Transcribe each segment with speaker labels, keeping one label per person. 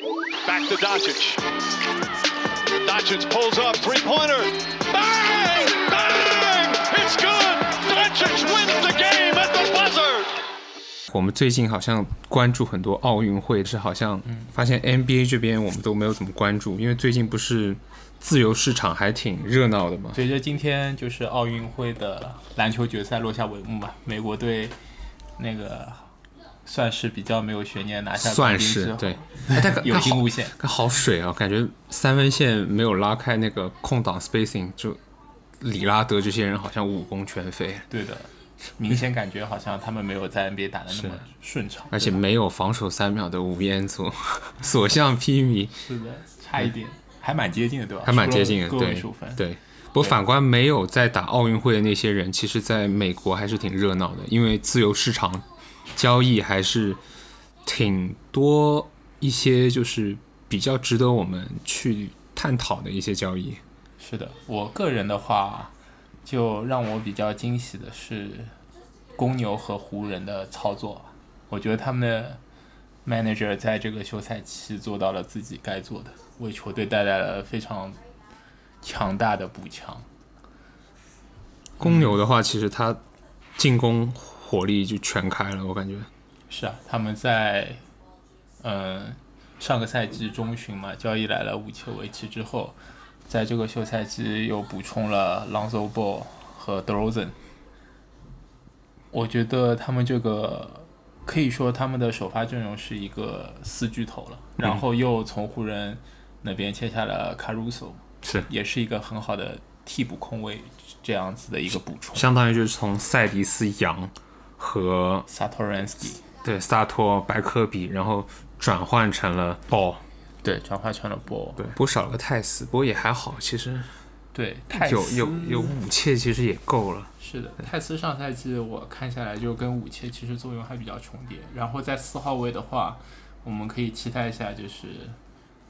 Speaker 1: to Doncic. Doncic pulls up three pointer. Bang! Bang! It's good. Doncic wins the game at the buzzer.
Speaker 2: 我们最近好像关注很多奥运会，是好像发现 NBA 这边我们都没有怎么关注，因为最近不是自由市场还挺热闹的嘛。
Speaker 3: 随着今天就是奥运会的篮球决赛落下帷幕吧，美国队那个算是比较没有悬念拿下
Speaker 2: 算
Speaker 3: 冠军之
Speaker 2: 是
Speaker 3: 后，
Speaker 2: 对，哎他
Speaker 3: 有惊无险。
Speaker 2: 它好水啊，感觉三分线没有拉开那个空档 spacing，就里拉德这些人好像武功全非，
Speaker 3: 对的，明显感觉好像他们没有在 NBA 打的那么顺畅，
Speaker 2: 而且没有防守三秒的吴彦祖， 所向披靡，
Speaker 3: 是的，差一点，还蛮接近的，对吧？
Speaker 2: 还蛮接近的，
Speaker 3: 输了个
Speaker 2: 对
Speaker 3: 位数分，，
Speaker 2: 对。不过反观没有在打奥运会的那些人，其实在美国还是挺热闹的，因为自由市场交易还是挺多一些，就是比较值得我们去探讨的一些交易。
Speaker 3: 是的。我个人的话，就让我比较惊喜的是公牛和湖人的操作，我觉得他们的 manager 在这个休赛期做到了自己该做的，为球队带来了非常强大的补强。
Speaker 2: 公牛的话，其实他进攻火力就全开了，我感觉。
Speaker 3: 是啊，他们在嗯、呃上个赛季中旬嘛，交易来了武切维奇之后，在这个休赛期又补充了 Lonzo Ball 和 DeRozan。我觉得他们这个可以说他们的首发阵容是一个四巨头了，
Speaker 2: 嗯
Speaker 3: 然后又从湖人那边签下了 Caruso，
Speaker 2: 是，
Speaker 3: 也是一个很好的替补控卫这样子的一个补充。
Speaker 2: 相当于就是从塞迪斯杨和
Speaker 3: Satoransky
Speaker 2: 对萨托白科比，然后转换成了鲍，
Speaker 3: 对转化成了 Ball，
Speaker 2: 对，不过少了个泰斯，不过也还好，其实
Speaker 3: 对泰
Speaker 2: 有
Speaker 3: 斯
Speaker 2: 有有武切其实也够了。
Speaker 3: 是的，泰斯上赛季我看下来就跟武切其实作用还比较重叠。然后在四号位的话，我们可以期待一下，就是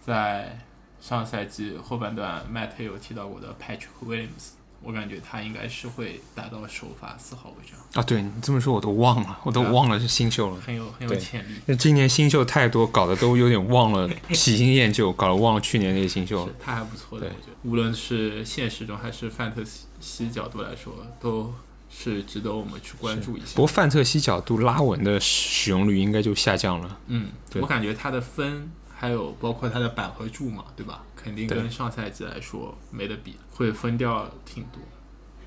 Speaker 3: 在上赛季后半段麦特有提到过的 Patrick Williams，我感觉他应该是会达到首发四号位这样，
Speaker 2: 啊，对你这么说我都忘了，我都
Speaker 3: 对啊
Speaker 2: 忘了是新秀了。
Speaker 3: 很有很有
Speaker 2: 对
Speaker 3: 潜力。
Speaker 2: 那今年新秀太多，搞得都有点忘 了，喜新厌旧，搞得忘了去年那些新秀了
Speaker 3: 是。他还不错的，我
Speaker 2: 对
Speaker 3: 觉得，无论是现实中还是范特西角度来说，都是值得我们去关注一下
Speaker 2: 不。过范特西角度拉文的使用率应该就下降了。
Speaker 3: 嗯，
Speaker 2: 对
Speaker 3: 我感觉他的分还有包括他的板和柱嘛，对吧？肯定
Speaker 2: 对
Speaker 3: 跟上赛季来说没得比，会分掉挺多。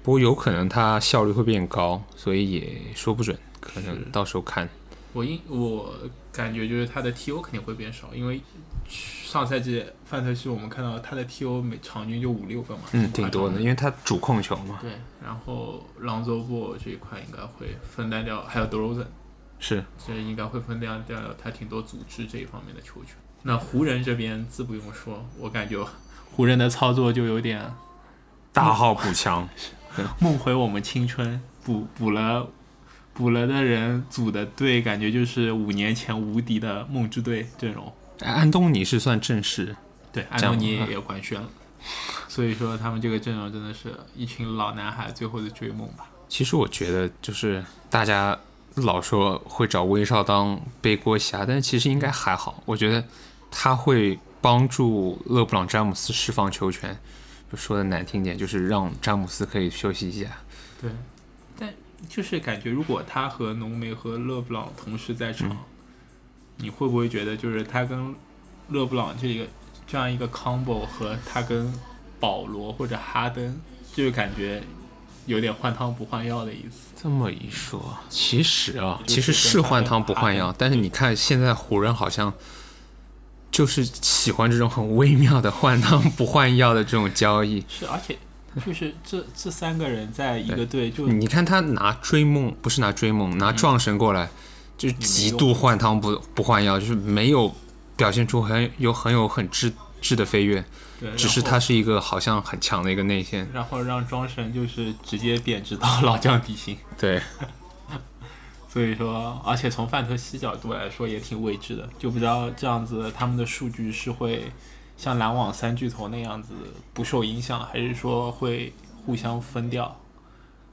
Speaker 2: 不过有可能它效率会变高，所以也说不准，可
Speaker 3: 是
Speaker 2: 能到时候看。
Speaker 3: 我应我感觉就是他的 TO 肯定会变少，因为上赛季范特西我们看到他的 TO 每场均就五六个嘛，
Speaker 2: 嗯，挺多的，因
Speaker 3: 为
Speaker 2: 为它主控球嘛。
Speaker 3: 对，然后朗佐布这一块应该会分担掉，还有 d r o z e n
Speaker 2: 是，
Speaker 3: 这应该会分担掉他挺多组织这一方面的球权。那湖人这边自不用说，我感觉湖人的操作就有点
Speaker 2: 大号补强，
Speaker 3: 梦回我们青春，补补了补了的人组的队，感觉就是五年前无敌的梦之队阵容。
Speaker 2: 哎安东尼是算正式，
Speaker 3: 对，安东尼也官宣了，所以说他们这个阵容真的是一群老男孩最后的追梦吧。
Speaker 2: 其实我觉得就是大家老说会找威少当背锅侠，但是其实应该还好。我觉得他会帮助勒布朗詹姆斯释放球权，就说的难听点，就是让詹姆斯可以休息一下。
Speaker 3: 对，但就是感觉如果他和浓眉和勒布朗同时在场，你会不会觉得就是他跟勒布朗这个这样一个 combo 和他跟保罗或者哈登，就是感觉有点换汤不换药的意思。
Speaker 2: 这么一说， 其实啊，其
Speaker 3: 就是
Speaker 2: 实是换汤不换药，但是你看现在湖人好像就是喜欢这种很微妙的换汤不换药的这种交易。
Speaker 3: 是，而且就是这这三个人在一个队就
Speaker 2: 你看他拿追梦，不是拿追梦，
Speaker 3: 嗯
Speaker 2: 拿撞神过来，就极度换汤不不换药，就是没有表现出很有很有很质质的飞跃，
Speaker 3: 对，
Speaker 2: 只是
Speaker 3: 然
Speaker 2: 他
Speaker 3: 后
Speaker 2: 是一个好像很强的一个内线。
Speaker 3: 然后让庄神就是直接贬值到老将底薪，
Speaker 2: 对，
Speaker 3: 所以说，而且从范特西角度来说也挺未知的，就不知道这样子他们的数据是会像篮网三巨头那样子不受影响，还是说会互相分掉。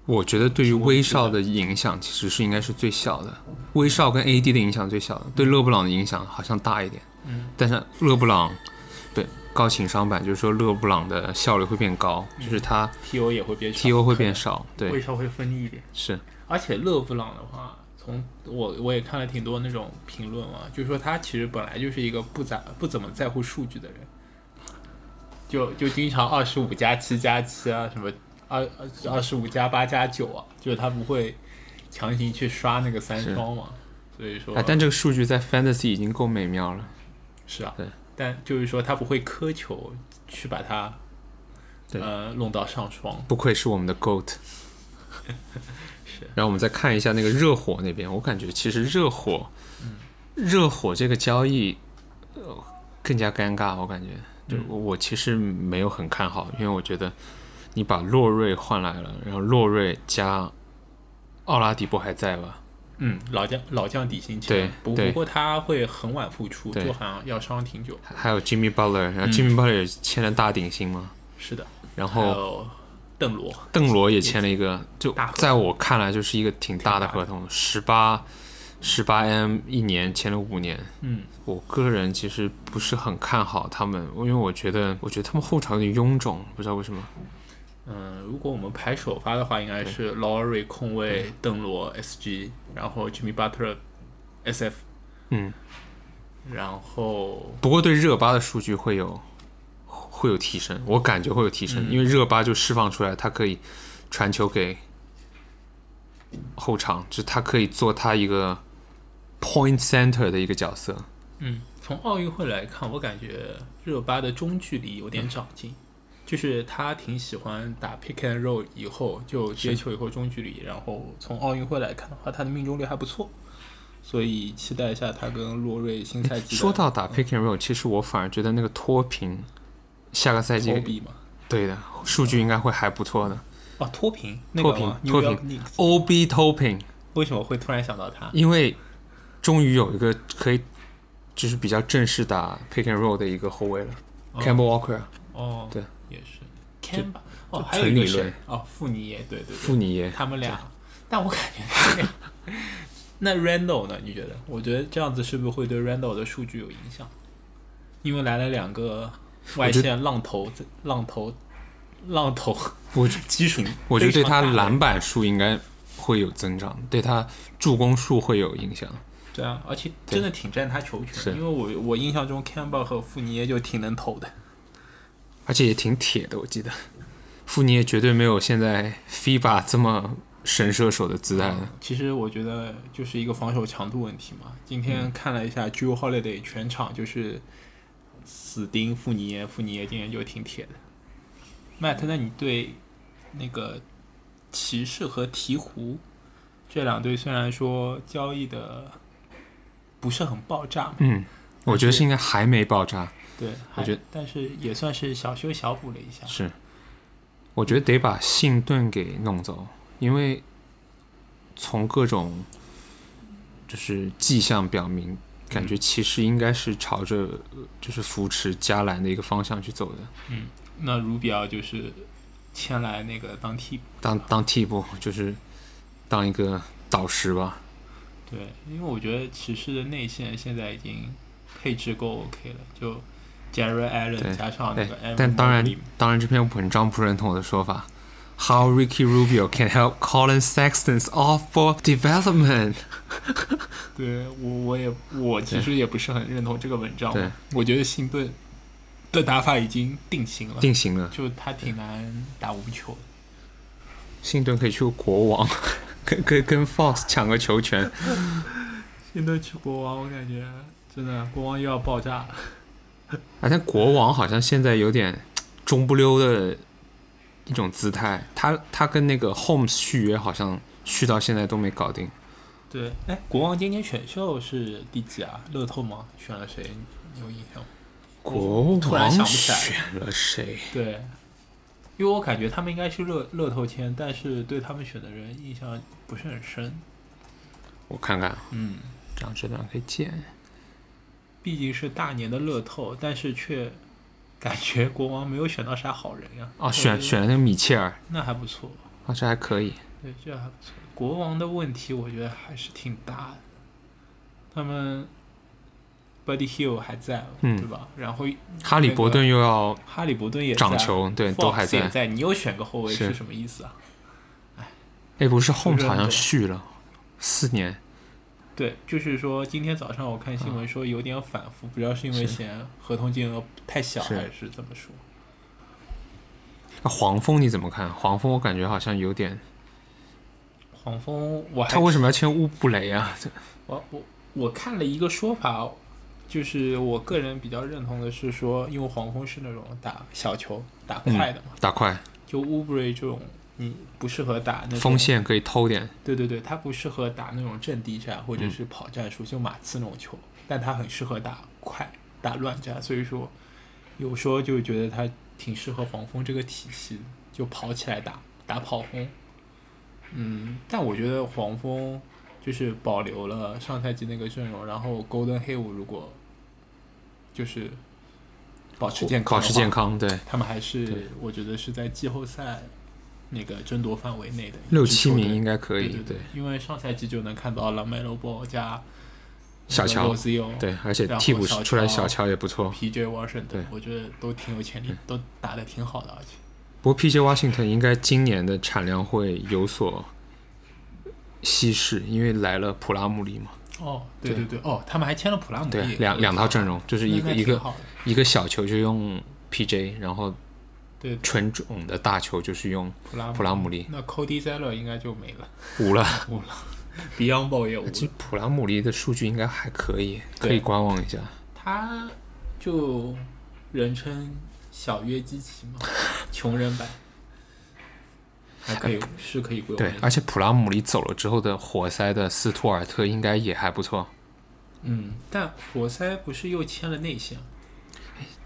Speaker 2: 我觉得对于威少的影响其实是应该是最小的，威少跟 AD 的影响最小的，对勒布朗的影响好像大一点。
Speaker 3: 嗯，
Speaker 2: 但是勒布朗对高情商版，就是说勒布朗的效率会变高，
Speaker 3: 嗯
Speaker 2: 就是他
Speaker 3: TO 也会变少
Speaker 2: TO 会变少，对，
Speaker 3: 稍会分一点。
Speaker 2: 是
Speaker 3: 而且勒布朗的话，从我我也看了挺多那种评论嘛，就是说他其实本来就是一个不咋不怎么在乎数据的人，就就经常二十五加七加七啊，什么二二十五加八加九啊，就是他不会强行去刷那个三
Speaker 2: 是
Speaker 3: 双嘛，所以说
Speaker 2: 啊，但这个数据在 Fantasy 已经够美妙了，
Speaker 3: 是啊，
Speaker 2: 对，
Speaker 3: 但就是说他不会苛求去把它
Speaker 2: 对
Speaker 3: 呃弄到上双，
Speaker 2: 不愧是我们的 GOAT。然后我们再看一下那个热火那边，我感觉其实热火，
Speaker 3: 嗯
Speaker 2: 热火这个交易，呃，更加尴尬。我感觉，就
Speaker 3: 嗯
Speaker 2: 我我其实没有很看好，因为我觉得你把洛瑞换来了，然后洛瑞加奥拉迪波还在吧？
Speaker 3: 嗯，老将老将底薪
Speaker 2: 对
Speaker 3: 签，不
Speaker 2: 对
Speaker 3: 不过他会很晚复出，
Speaker 2: 对
Speaker 3: 就好像要伤挺久。
Speaker 2: 还有 Jimmy Butler，然后 Jimmy Butler 也签了大顶薪嘛，
Speaker 3: 是的，
Speaker 2: 然
Speaker 3: 嗯还
Speaker 2: 后
Speaker 3: 有邓罗，
Speaker 2: 邓罗也签了一个，就
Speaker 3: 大合同
Speaker 2: 在我看来就是一个挺大的
Speaker 3: 挺大
Speaker 2: 合
Speaker 3: 的
Speaker 2: 同，十八十八 M 一年签了五年。
Speaker 3: 嗯，
Speaker 2: 我个人其实不是很看好他们，因为我觉得，我觉得他们后场有点臃肿，不知道为什么。
Speaker 3: 嗯，如果我们排首发的话，应该是劳瑞控卫、邓罗 SG，然后 Jimmy Butler SF，
Speaker 2: 嗯，
Speaker 3: 然后
Speaker 2: 不过对热巴的数据会有会有提升，我感觉会有提
Speaker 3: 嗯
Speaker 2: 升，因为热巴就释放出来，他可以传球给后场，就是他可以做他一个 point center 的一个角色。
Speaker 3: 嗯，从奥运会来看，我感觉热巴的中距离有点长
Speaker 2: 嗯
Speaker 3: 进，就是他挺喜欢打 pick and roll 以后就接球以后中距离，然后从奥运会来看的话，他的命中率还不错，所以期待一下他跟洛瑞新赛季的
Speaker 2: 说到打 pick and roll，其实我反而觉得那个脱贫下个赛
Speaker 3: 托
Speaker 2: 季
Speaker 3: 比嘛，
Speaker 2: 对的数据应该会还不错的。
Speaker 3: 哦，脱贫，那
Speaker 2: 脱
Speaker 3: 个
Speaker 2: 贫
Speaker 3: 吗，
Speaker 2: 脱
Speaker 3: New York
Speaker 2: 贫哦
Speaker 3: Knicks，
Speaker 2: ，OB 脱贫。
Speaker 3: 为什么会突然想到他？
Speaker 2: 因为终于有一个可以就是比较正式打 pick and roll 的一个后卫了、c a m b e l Walker，
Speaker 3: 哦，
Speaker 2: 对，
Speaker 3: 也是 Can 吧，哦，还有
Speaker 2: 纯
Speaker 3: 一个
Speaker 2: 理论
Speaker 3: 谁？哦，富尼耶，对对对，
Speaker 2: 富尼耶，
Speaker 3: 他们俩，但我感觉他们俩。那 Randall 呢？你觉得？我觉得这样子是不是会对 Randall 的数据有影响？因为来了两个外线浪头，浪头，浪头，
Speaker 2: 我
Speaker 3: 基础，
Speaker 2: 我觉得对
Speaker 3: 非常
Speaker 2: 他
Speaker 3: 大的
Speaker 2: 篮板数应该会有增长，对他助攻数会有影响。
Speaker 3: 对啊，而且真的挺占他球
Speaker 2: 是
Speaker 3: 权，因为我我印象中 Campbell 和富尼耶就挺能投的。
Speaker 2: 而且也挺铁的，我记得。富尼耶绝对没有现在 FIBA 这么神射手的姿态了。
Speaker 3: 其实我觉得就是一个防守强度问题嘛。今
Speaker 2: 嗯
Speaker 3: 天看了一下 j e w Holiday 全场就是死盯富尼耶，富尼耶今天就挺铁的。Matt，那你对那个骑士和鹈鹕这两队虽然说交易的不是很爆炸嘛，
Speaker 2: 嗯，我觉得是应该还没爆炸，
Speaker 3: 对，
Speaker 2: 我觉得
Speaker 3: 还，但是也算是小修小补了一下。
Speaker 2: 是，我觉得得把信顿给弄走，因为从各种就是迹象表明，感觉骑士应该是朝着呃就是扶持加兰的一个方向去走的，
Speaker 3: 那卢比奥就是签来那个当替补。
Speaker 2: 当当替补就是当一个导师吧。
Speaker 3: 对，因为我觉得骑士的内线现在已经配置够 OK 了，就 Jerry
Speaker 2: 对
Speaker 3: Allen 加上那
Speaker 2: 对
Speaker 3: 个 Evan，
Speaker 2: 但当然
Speaker 3: Mobley，
Speaker 2: 当然这篇文章不认同我的说法。How Ricky Rubio can help Colin Sexton's off-ball development？
Speaker 3: 对我我也我其实也不是很认同这个文章
Speaker 2: 对，
Speaker 3: 我觉得辛顿的打法已经定型了，
Speaker 2: 定型了，
Speaker 3: 就他挺难打无球的。
Speaker 2: 信顿可以去国王， 跟跟跟 Fox 抢个球权。
Speaker 3: 辛顿去国王，我感觉真的国王又要爆炸了。
Speaker 2: 啊，但国王好像现在有点中不溜的一种姿态，他他跟那个 Holmes 续约好像续到现在都没搞定。
Speaker 3: 对，哎，国王今年选秀是第几啊？乐透吗？选了谁？你有印象吗？
Speaker 2: 国
Speaker 3: 突然想
Speaker 2: 王
Speaker 3: 不起来
Speaker 2: 选了谁？
Speaker 3: 对，因为我感觉他们应该是乐乐透签，但是对他们选的人印象不是很深。
Speaker 2: 我看啊看，
Speaker 3: 嗯，
Speaker 2: 这样这段可以见。
Speaker 3: 毕竟是大年的乐透，但是却感觉国王没有选到啥好人呀。
Speaker 2: 哦，
Speaker 3: 我觉
Speaker 2: 选
Speaker 3: 得
Speaker 2: 选了那个米切尔，
Speaker 3: 那还不错。
Speaker 2: 啊，这还可以。
Speaker 3: 对，这还不错。国王的问题我觉得还是挺大的，他们 Buddy Hill 还在，
Speaker 2: 嗯
Speaker 3: 对吧？然后
Speaker 2: 哈利伯顿又要
Speaker 3: 哈利伯顿也在
Speaker 2: 掌球，对，
Speaker 3: Fox
Speaker 2: 都还
Speaker 3: 也
Speaker 2: 在。
Speaker 3: 在，你又选个后卫
Speaker 2: 是
Speaker 3: 是什么意思啊？
Speaker 2: 哎，不是 Holmes
Speaker 3: 很
Speaker 2: 好像
Speaker 3: 多
Speaker 2: 续了四年，
Speaker 3: 对，就是说今天早上我看新
Speaker 2: 嗯
Speaker 3: 闻说有点反复，不知道是因为嫌合同金额太小
Speaker 2: 是
Speaker 3: 还是怎么说。
Speaker 2: 那黄蜂你怎么看？黄蜂我感觉好像有点，
Speaker 3: 黄蜂我还
Speaker 2: 他为什么要签乌布雷啊？这
Speaker 3: 我我我看了一个说法，就是我个人比较认同的是说，因为黄蜂是那种打小球打快的嘛，
Speaker 2: 打快
Speaker 3: 就乌布瑞这种你不适合打那种
Speaker 2: 锋，线可以偷点，
Speaker 3: 对对对，他不适合打那种阵地战
Speaker 2: 嗯
Speaker 3: 或者是跑战术，就马刺那种球，但他很适合打快打乱战，所以说有时候就觉得他挺适合黄蜂这个体系的，就跑起来打打跑轰。嗯，但我觉得黄蜂就是保留了上赛季那个阵容，然后 Golden Hill 如果就是保持健康，
Speaker 2: 保持健，康，对，
Speaker 3: 他们还是我觉得是在季后赛那个争夺范围内的
Speaker 2: 六七名应
Speaker 3: 该
Speaker 2: 该可以，
Speaker 3: 对对，因为上赛季就能看到了梅罗波加
Speaker 2: 小乔
Speaker 3: r o s i o
Speaker 2: 对，而且
Speaker 3: 然后
Speaker 2: 替补
Speaker 3: 小
Speaker 2: 出来
Speaker 3: 乔
Speaker 2: 小乔也不错。
Speaker 3: PJ Washington，
Speaker 2: 对嗯
Speaker 3: 我觉得都挺有潜力，都打得挺好的，而且
Speaker 2: 不过 PJ Washington 应该今年的产量会有所稀释，因为来了普拉姆利嘛，
Speaker 3: 哦，对对对，哦，他们还签了普拉姆
Speaker 2: 对
Speaker 3: 利，，
Speaker 2: 两两套阵容，就是一
Speaker 3: 啊
Speaker 2: 个
Speaker 3: 那那
Speaker 2: 一个
Speaker 3: 挺好的
Speaker 2: 一个小球就用 PJ，然后
Speaker 3: 对
Speaker 2: 纯种的大球就是用
Speaker 3: 普拉
Speaker 2: 普拉姆利，
Speaker 3: 那 Cody Zeller 应该就没了
Speaker 2: 无了。
Speaker 3: ，Beyond 也无
Speaker 2: 呃其
Speaker 3: 了
Speaker 2: 实，普拉姆利的数据应该还可以，
Speaker 3: 对
Speaker 2: 可以观望一下。
Speaker 3: 他就人称小约基奇 嘛，穷人版，还可以是可以归我
Speaker 2: 对
Speaker 3: 们，
Speaker 2: 而且普拉姆利走了之后的活塞的斯图尔特应该也还不错。
Speaker 3: 嗯，但活塞不是又签了内线吗，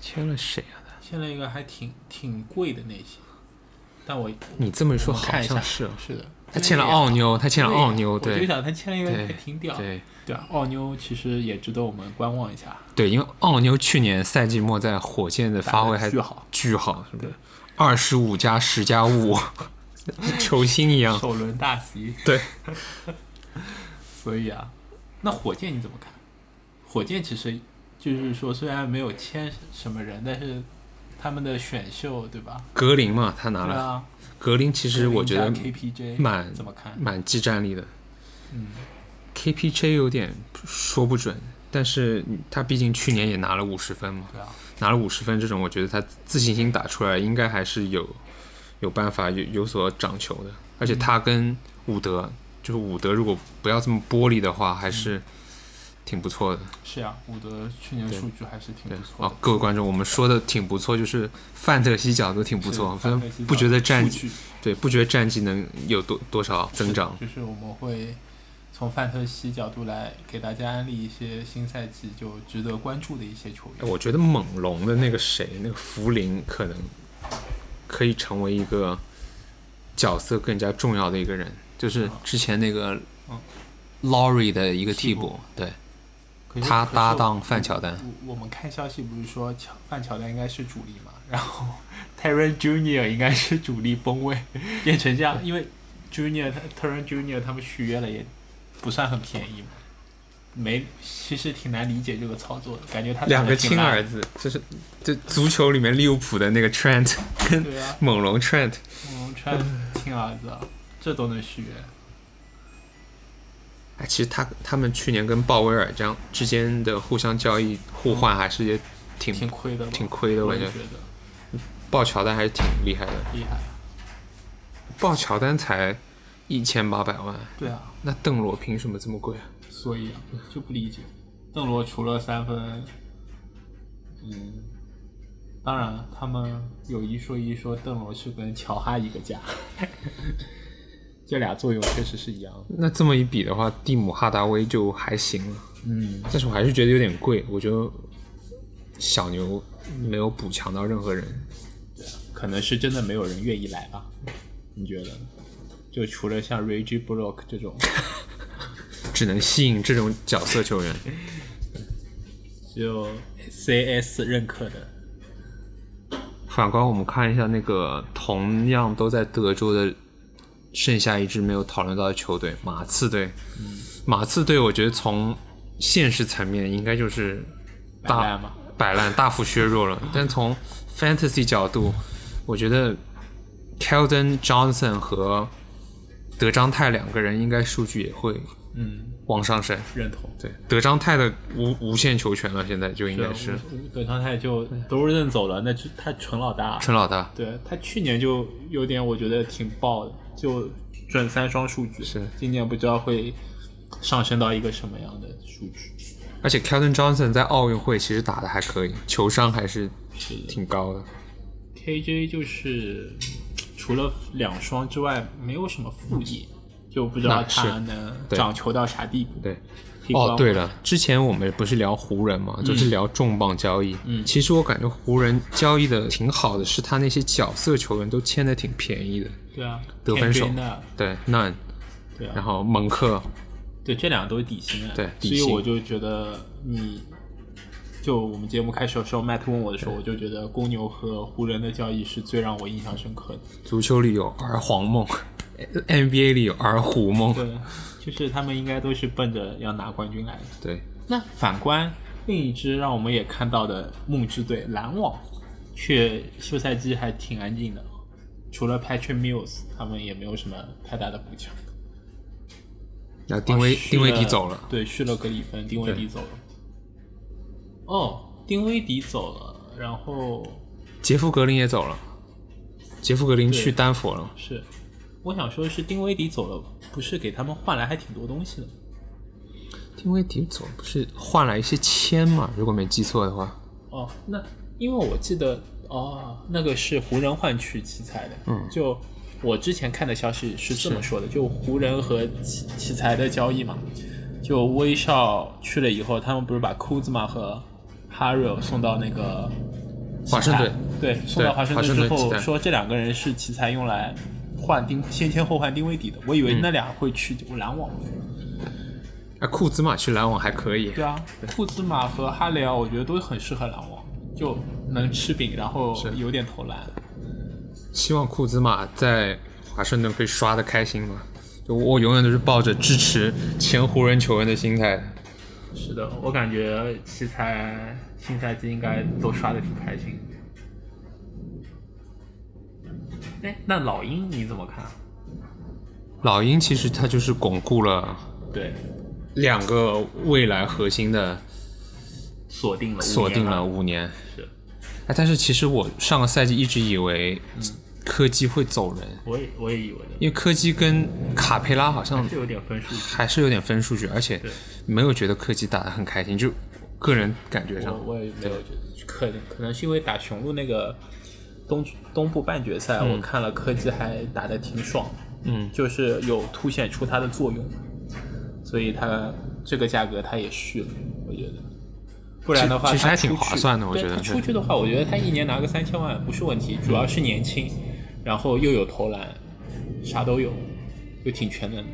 Speaker 2: 签了谁啊？
Speaker 3: 签了一个还挺挺贵的内线，但我
Speaker 2: 你这么一说
Speaker 3: 我们
Speaker 2: 好
Speaker 3: 看一下
Speaker 2: 像是哦，
Speaker 3: 是的，
Speaker 2: 他签了奥妞，他签了
Speaker 3: 对
Speaker 2: 奥妞，
Speaker 3: 我就
Speaker 2: 对
Speaker 3: 想他签了一个
Speaker 2: 对
Speaker 3: 还挺屌，
Speaker 2: 对
Speaker 3: 对啊，奥妞其实也值得我们观望一下，
Speaker 2: 对，因为奥妞去年赛季末在火箭的发挥还
Speaker 3: 打得巨好，
Speaker 2: 巨好，是不是？二十五加十加 五，球星一样。
Speaker 3: 首轮大
Speaker 2: 嗯
Speaker 3: 席，
Speaker 2: 对，
Speaker 3: 所以啊，那火箭你怎么看？火箭其实就是说，虽然没有签什么人，但是他们的选秀对吧？
Speaker 2: 格林嘛，他拿
Speaker 3: 对
Speaker 2: 了。
Speaker 3: 啊，
Speaker 2: 格林其实我觉得
Speaker 3: KPJ
Speaker 2: 蛮
Speaker 3: 怎么看？
Speaker 2: 蛮技战力的。
Speaker 3: 嗯
Speaker 2: KPJ 有点说不准，但是他毕竟去年也拿了五十分嘛，
Speaker 3: 对啊，
Speaker 2: 拿了五十分这种，我觉得他自信心打出来，应该还是有有办法有有所掌球的。而且他跟伍德，就是伍德如果不要这么玻璃的话，还是挺不错的。
Speaker 3: 是啊，伍德去年数据还是挺
Speaker 2: 对
Speaker 3: 不，错
Speaker 2: 哦
Speaker 3: 的，，
Speaker 2: 各位观众，我们说的挺不错，就是范特西角度挺不错，
Speaker 3: 是
Speaker 2: 反正
Speaker 3: 范佩西
Speaker 2: 不觉得战
Speaker 3: 数
Speaker 2: 绩，
Speaker 3: 据
Speaker 2: 对，不觉得战绩能有多多少增长。
Speaker 3: 就是我们会从范特西角度来给大家安利一些新赛季就值得关注的一些球
Speaker 2: 哎
Speaker 3: 员。
Speaker 2: 我觉得猛龙的那个谁，那个福林可能可以成为一个角色更加重要的一个人，就是之前那个
Speaker 3: 嗯
Speaker 2: Laurie 的一个替
Speaker 3: 替
Speaker 2: 补
Speaker 3: 补，
Speaker 2: 对
Speaker 3: 可是
Speaker 2: 他
Speaker 3: 可是
Speaker 2: 搭
Speaker 3: 我嗯
Speaker 2: 档范乔丹，
Speaker 3: 我我们看消息不是说乔范乔丹应该是主力嘛，然后 Terry Junior 应该是主力锋卫，变成这样，因为 Junior 他 Terry Junior 他们续约了也不算很便宜嘛，没其实挺难理解这个操作的，感觉他打得
Speaker 2: 两个
Speaker 3: 挺
Speaker 2: 亲
Speaker 3: 烂
Speaker 2: 儿，子，就是这足球里面利物浦的那个 Trent 跟
Speaker 3: 对啊，
Speaker 2: 猛龙 Trent，
Speaker 3: 我们穿亲儿子啊，这都能续约，
Speaker 2: 哎，其实他他们去年跟鲍威尔这样之间的互相交易互换还是也挺
Speaker 3: 挺亏的吧，
Speaker 2: 挺亏的，
Speaker 3: 我
Speaker 2: 我
Speaker 3: 也
Speaker 2: 觉
Speaker 3: 觉
Speaker 2: 得
Speaker 3: 得
Speaker 2: 鲍乔丹还是挺厉害的，
Speaker 3: 厉害，
Speaker 2: 鲍乔丹才一千八百万。
Speaker 3: 对啊，
Speaker 2: 那邓罗凭什么这么贵啊？
Speaker 3: 所以啊就不理解，邓罗除了三分，嗯，当然他们有一说一说，邓罗是跟乔哈一个价，这俩作用确实是一样的。
Speaker 2: 那这么一比的话，蒂姆哈达威就还行了，
Speaker 3: 嗯，
Speaker 2: 但是我还是觉得有点贵。我觉得小牛没有补强到任何人，
Speaker 3: 啊可能是真的没有人愿意来吧？你觉得呢？就除了像 Reggie Block 这种，
Speaker 2: 只能吸引这种角色球员。
Speaker 3: 只有 CS 认可的，
Speaker 2: 反观我们看一下那个同样都在德州的剩下一支没有讨论到的球队——马刺队。马刺队，我觉得从现实层面应该就是
Speaker 3: 摆烂嘛
Speaker 2: 大摆烂、大幅削弱 了。但从 fantasy 角度，我觉得 Keldon Johnson 和德章泰两个人应该数据也会
Speaker 3: 嗯，
Speaker 2: 往上升。
Speaker 3: 认同。
Speaker 2: 对，德章泰的无无限球权了，现在就应
Speaker 3: 对
Speaker 2: 该，是
Speaker 3: 葛常泰就都认走了，那只他纯老大。
Speaker 2: 陈老大。
Speaker 3: 对他去年就有点，我觉得挺爆的，就准三双数据。
Speaker 2: 是
Speaker 3: 今年不知道会上升到一个什么样的数据。
Speaker 2: 而且 Keldon Johnson 在奥运会其实打的还可以，球商还是
Speaker 3: 是的
Speaker 2: 挺高的。
Speaker 3: KJ 就是除了两双之外，没有什么副业，就不知
Speaker 2: 那
Speaker 3: 道
Speaker 2: 是
Speaker 3: 他能
Speaker 2: 对
Speaker 3: 长球到啥地步。
Speaker 2: 对，
Speaker 3: 提
Speaker 2: 哦，
Speaker 3: 高
Speaker 2: 对了，之前我们不是聊湖人嘛，就是聊重磅交易。
Speaker 3: 嗯
Speaker 2: 其实我感觉湖人交易的挺好的，是他那些角色球员都签的挺便宜的。
Speaker 3: 对啊，
Speaker 2: 得分手
Speaker 3: 天边的，
Speaker 2: 对，那
Speaker 3: 对啊，
Speaker 2: 然后蒙克，
Speaker 3: 对这两个都是底薪啊，
Speaker 2: 对底
Speaker 3: 所
Speaker 2: 薪
Speaker 3: 以我就觉得你。就我们节目开始的时候，麦特问我的时候，我就觉得公牛和湖人的交易是最让我印象深刻的。
Speaker 2: 足球里有儿皇梦，NBA 里有儿虎梦。
Speaker 3: 对，就是他们应该都是奔着要拿冠军来的。
Speaker 2: 对，
Speaker 3: 那反观另一支让我们也看到的梦之队篮网，却休赛季还挺安静的，除了 Patrick Mills，他们也没有什么太大的补强。
Speaker 2: 然后定位
Speaker 3: 续
Speaker 2: 定位迪走了，
Speaker 3: 对，续了格里芬，丁威迪走了。哦，丁威迪走了，然后
Speaker 2: 杰夫格林也走了，杰夫格林去
Speaker 3: 对
Speaker 2: 丹佛了。
Speaker 3: 是，我想说的是丁威迪走了，不是给他们换来还挺多东西的吗。
Speaker 2: 定位迪走了不是换来一些签嘛？如果没记错的话，
Speaker 3: 哦，那因为我记得哦，那个是湖人换取奇才的，
Speaker 2: 嗯
Speaker 3: 就我之前看的消息是这么说的，就湖人和奇奇才的交易嘛，就威少去了以后，他们不是把库兹马和哈瑞尔送到那个奇才
Speaker 2: 华盛顿，
Speaker 3: 对，送到
Speaker 2: 对
Speaker 3: 华盛
Speaker 2: 华盛
Speaker 3: 之
Speaker 2: 顿奇
Speaker 3: 后，
Speaker 2: 才
Speaker 3: 说这两个人是奇才用来换丁先签后换丁威迪的，我以为
Speaker 2: 嗯
Speaker 3: 那俩会去篮网，
Speaker 2: 哎，库兹马去篮网还可以。
Speaker 3: 对啊，库兹马和哈雷尔，我觉得都很适合篮网，就能吃饼，然后
Speaker 2: 是
Speaker 3: 有点投篮。
Speaker 2: 希望库兹马在华盛顿可以刷的开心嘛。就我永远都是抱着支持前湖人球员的心态的。
Speaker 3: 是的，我感觉奇才新赛季应该都刷的挺开心。哎，那老鹰你怎么看？
Speaker 2: 老鹰其实他就是巩固了
Speaker 3: 对，
Speaker 2: 两个未来核心的，
Speaker 3: 锁定了，
Speaker 2: 锁定了，五年。
Speaker 3: 是，
Speaker 2: 哎，但是其实我上个赛季一直以为科基会走人，
Speaker 3: 我也我也以为的，
Speaker 2: 因为科基跟卡佩拉好像
Speaker 3: 是有点分数。
Speaker 2: 还是有点分数据，而且
Speaker 3: 对
Speaker 2: 没有觉得科基打得很开心，就个人感觉上。
Speaker 3: 我我也没有觉得，可能可能是因为打雄鹿那个东东部半决赛，我看了科技还打得挺爽的。
Speaker 2: 嗯，
Speaker 3: 就是有凸显出它的作用，所以它这个价格它也续了，我觉得。不然的话，
Speaker 2: 其实
Speaker 3: 它
Speaker 2: 还挺
Speaker 3: 出去
Speaker 2: 划算的我
Speaker 3: 对
Speaker 2: 觉得
Speaker 3: 它
Speaker 2: 对
Speaker 3: 出去的话，我觉得他一年拿个三千万不是问题，主要是年轻，然后又有投篮，啥都有，就挺全能的。